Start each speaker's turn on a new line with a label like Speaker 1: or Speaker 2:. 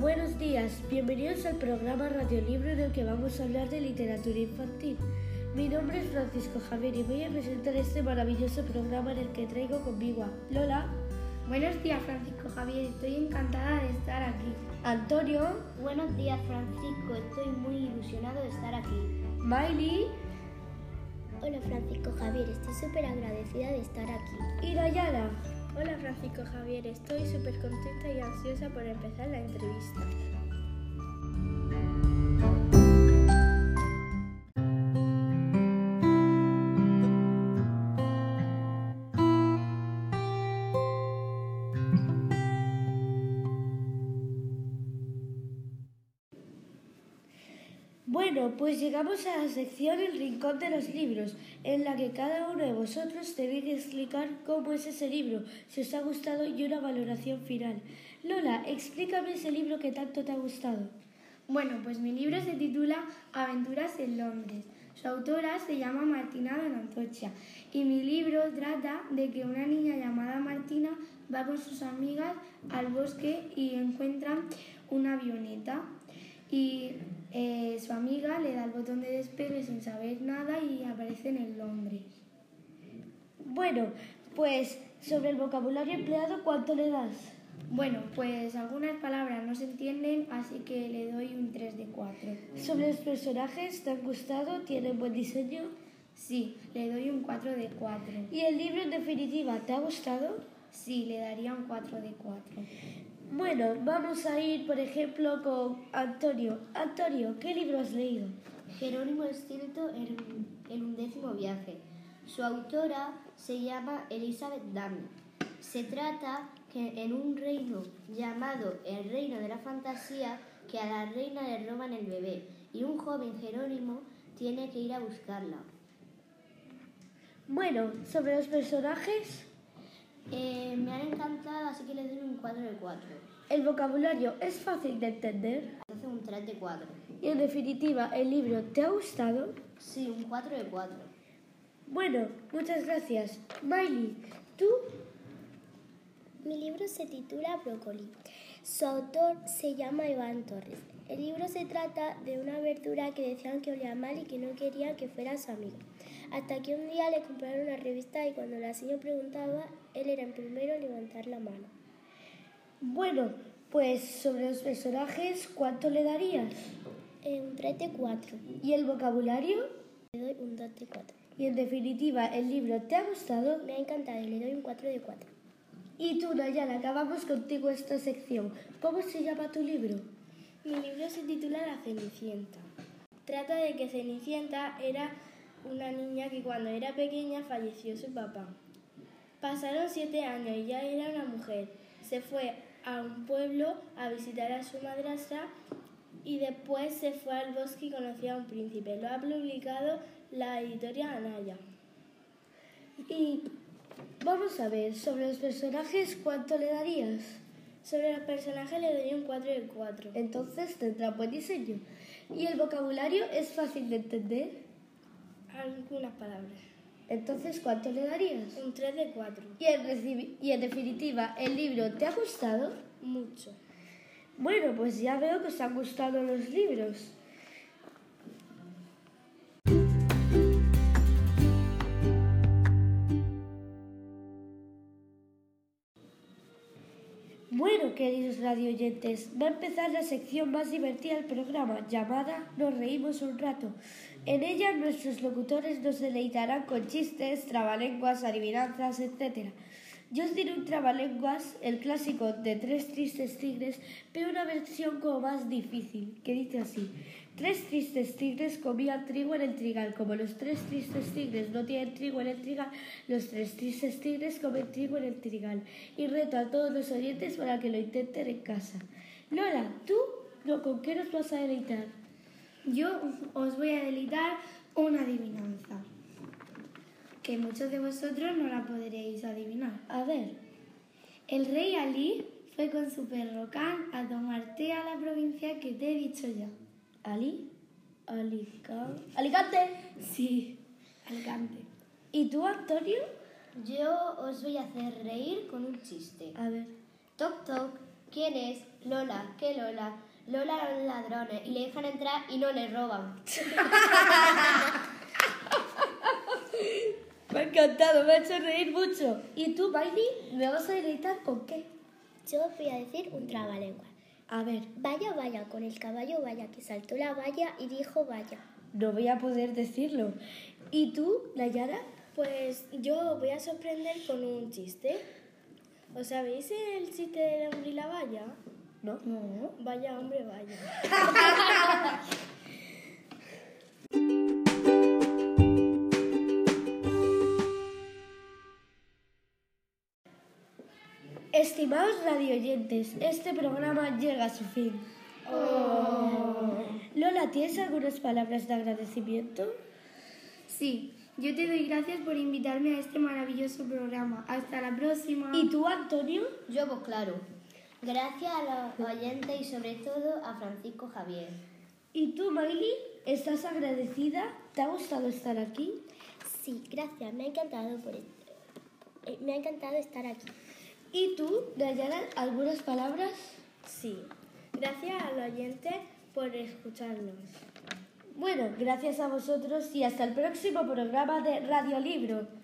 Speaker 1: buenos días. Bienvenidos al programa Radio Libro en el que vamos a hablar de literatura infantil. Mi nombre es Francisco Javier y voy a presentar este maravilloso programa en el que traigo conmigo a Lola,
Speaker 2: Buenos días, Francisco Javier. Estoy encantada de estar aquí.
Speaker 1: Antonio,
Speaker 3: Buenos días Francisco, estoy muy ilusionado de estar aquí.
Speaker 1: Miley
Speaker 3: Hola Francisco Javier, estoy súper agradecida de estar aquí.
Speaker 1: y Dayana.
Speaker 2: Hola, Francisco Javier. Estoy súper contenta y ansiosa por empezar la entrevista.
Speaker 1: Bueno, pues llegamos a la sección El Rincón de los Libros, en la que cada uno de vosotros tenéis que explicar cómo es ese libro, si os ha gustado y una valoración final. Lola, explícame ese libro que tanto te ha gustado.
Speaker 2: Bueno, pues mi libro se titula Aventuras en Londres. Su autora se llama Martina Donantocha y mi libro trata de que una niña llamada Martina va con sus amigas al bosque y encuentra una avioneta y eh, su amiga le da el botón de despegue sin saber nada y aparecen en Londres.
Speaker 1: Bueno, pues sobre el vocabulario empleado, ¿cuánto le das?
Speaker 2: Bueno, pues algunas palabras no se entienden, así que le doy un 3 de 4.
Speaker 1: Sobre los personajes, ¿te han gustado? ¿Tienen buen diseño?
Speaker 2: Sí, le doy un 4 de 4.
Speaker 1: ¿Y el libro en definitiva, te ha gustado?
Speaker 2: Sí, le daría un 4 de 4.
Speaker 1: Bueno, vamos a ir, por ejemplo, con Antonio. Antonio, ¿qué libro has leído?
Speaker 3: Jerónimo Stilto en el undécimo viaje. Su autora se llama Elizabeth Dunn. Se trata que en un reino llamado el Reino de la Fantasía, que a la reina le roban el bebé y un joven Jerónimo tiene que ir a buscarla.
Speaker 1: Bueno, sobre los personajes,
Speaker 3: Eh, me han encantado, así que le doy un 4 de 4.
Speaker 1: el vocabulario es fácil de entender
Speaker 3: Entonces un 3 de 4.
Speaker 1: y en definitiva el libro te ha gustado.
Speaker 3: Sí, un 4 de 4.
Speaker 1: Bueno, muchas gracias. Miley, ¿tú?
Speaker 4: Mi libro se titula Brócoli. Su autor se llama Iván Torres. El libro se trata de una verdura que decían que olía mal y que no querían que fuera su amigo. Hasta que un día le compraron una revista y cuando la señora preguntaba, él era el primero en levantar la mano.
Speaker 1: Bueno, pues sobre los personajes, ¿cuánto le darías?
Speaker 4: Eh, un 3 de 4.
Speaker 1: ¿Y el vocabulario?
Speaker 4: Le doy un 2 de 4.
Speaker 1: Y en definitiva, el libro te ha gustado.
Speaker 4: Me ha encantado y le doy un 4 de 4.
Speaker 1: Y tú, Nayana, acabamos contigo esta sección. ¿Cómo se llama tu libro?
Speaker 2: Mi libro se titula La Cenicienta. Trata de que Cenicienta era una niña que cuando era pequeña falleció su papá. Pasaron siete años y ya era una mujer. Se fue a un pueblo a visitar a su madrastra y después se fue al bosque y conoció a un príncipe. Lo ha publicado la editorial Anaya.
Speaker 1: Y vamos a ver, sobre los personajes, ¿cuánto le darías?
Speaker 2: Sobre los personajes le doy un 4 de 4.
Speaker 1: Entonces tendrá buen diseño. ¿Y el vocabulario es fácil de entender?
Speaker 2: Algunas palabras.
Speaker 1: Entonces, ¿cuánto le darías?
Speaker 2: Un 3 de 4.
Speaker 1: Y en, recibi- y en definitiva, ¿el libro te ha gustado?
Speaker 2: Mucho.
Speaker 1: Bueno, pues ya veo que os han gustado los libros. Bueno, queridos radioyentes, va a empezar la sección más divertida del programa, llamada Nos reímos un rato. En ella nuestros locutores nos deleitarán con chistes, trabalenguas, adivinanzas, etc. Yo os diré un trabalenguas, el clásico de tres tristes tigres, pero una versión como más difícil, que dice así. Tres tristes tigres comían trigo en el trigal. Como los tres tristes tigres no tienen trigo en el trigal, los tres tristes tigres comen trigo en el trigal. Y reto a todos los oyentes para que lo intenten en casa. Lola, ¿tú no, con qué nos vas a deleitar?
Speaker 2: Yo os voy a delitar una adivinanza que muchos de vosotros no la podréis adivinar.
Speaker 1: A ver,
Speaker 2: El rey Ali fue con su perro Khan a tomar té a la provincia que te he dicho ya.
Speaker 1: Ali, Alicante. Alicante.
Speaker 2: Sí, Alcante.
Speaker 1: ¿Y tú, Antonio?
Speaker 3: Yo os voy a hacer reír con un chiste.
Speaker 1: A ver.
Speaker 3: Toc toc, ¿Quién es? Lola, ¿qué Lola? Lola eran ladrones y le dejan entrar y no le roban.
Speaker 1: Me ha encantado, me ha hecho reír mucho. ¿Y tú, Bailey, me vas a deleitar con qué?
Speaker 4: Yo os voy a decir un trabalenguas.
Speaker 1: A ver,
Speaker 4: Vaya, vaya, con el caballo vaya, que saltó la valla y dijo vaya.
Speaker 1: no voy a poder decirlo. ¿Y tú, Nayara?
Speaker 2: Pues yo os voy a sorprender con un chiste. ¿Os sabéis el chiste del hombre y la valla?
Speaker 1: No.
Speaker 2: Vaya hombre, vaya.
Speaker 1: Estimados radioyentes, este programa llega a su fin.
Speaker 2: Oh.
Speaker 1: Lola, ¿tienes algunas palabras de agradecimiento?
Speaker 5: Sí, yo te doy gracias por invitarme a este maravilloso programa. Hasta la próxima.
Speaker 1: ¿Y tú, Antonio?
Speaker 3: Yo, pues claro. Gracias a los oyentes y sobre todo a Francisco Javier.
Speaker 1: ¿Y tú, Miley? ¿Estás agradecida? ¿Te ha gustado estar aquí?
Speaker 4: Sí, gracias, me ha encantado por eh, Me ha encantado estar aquí.
Speaker 1: ¿Y tú, Nayara, algunas palabras?
Speaker 2: Sí. Gracias al oyente por escucharnos.
Speaker 1: Bueno, gracias a vosotros y hasta el próximo programa de Radio Libro.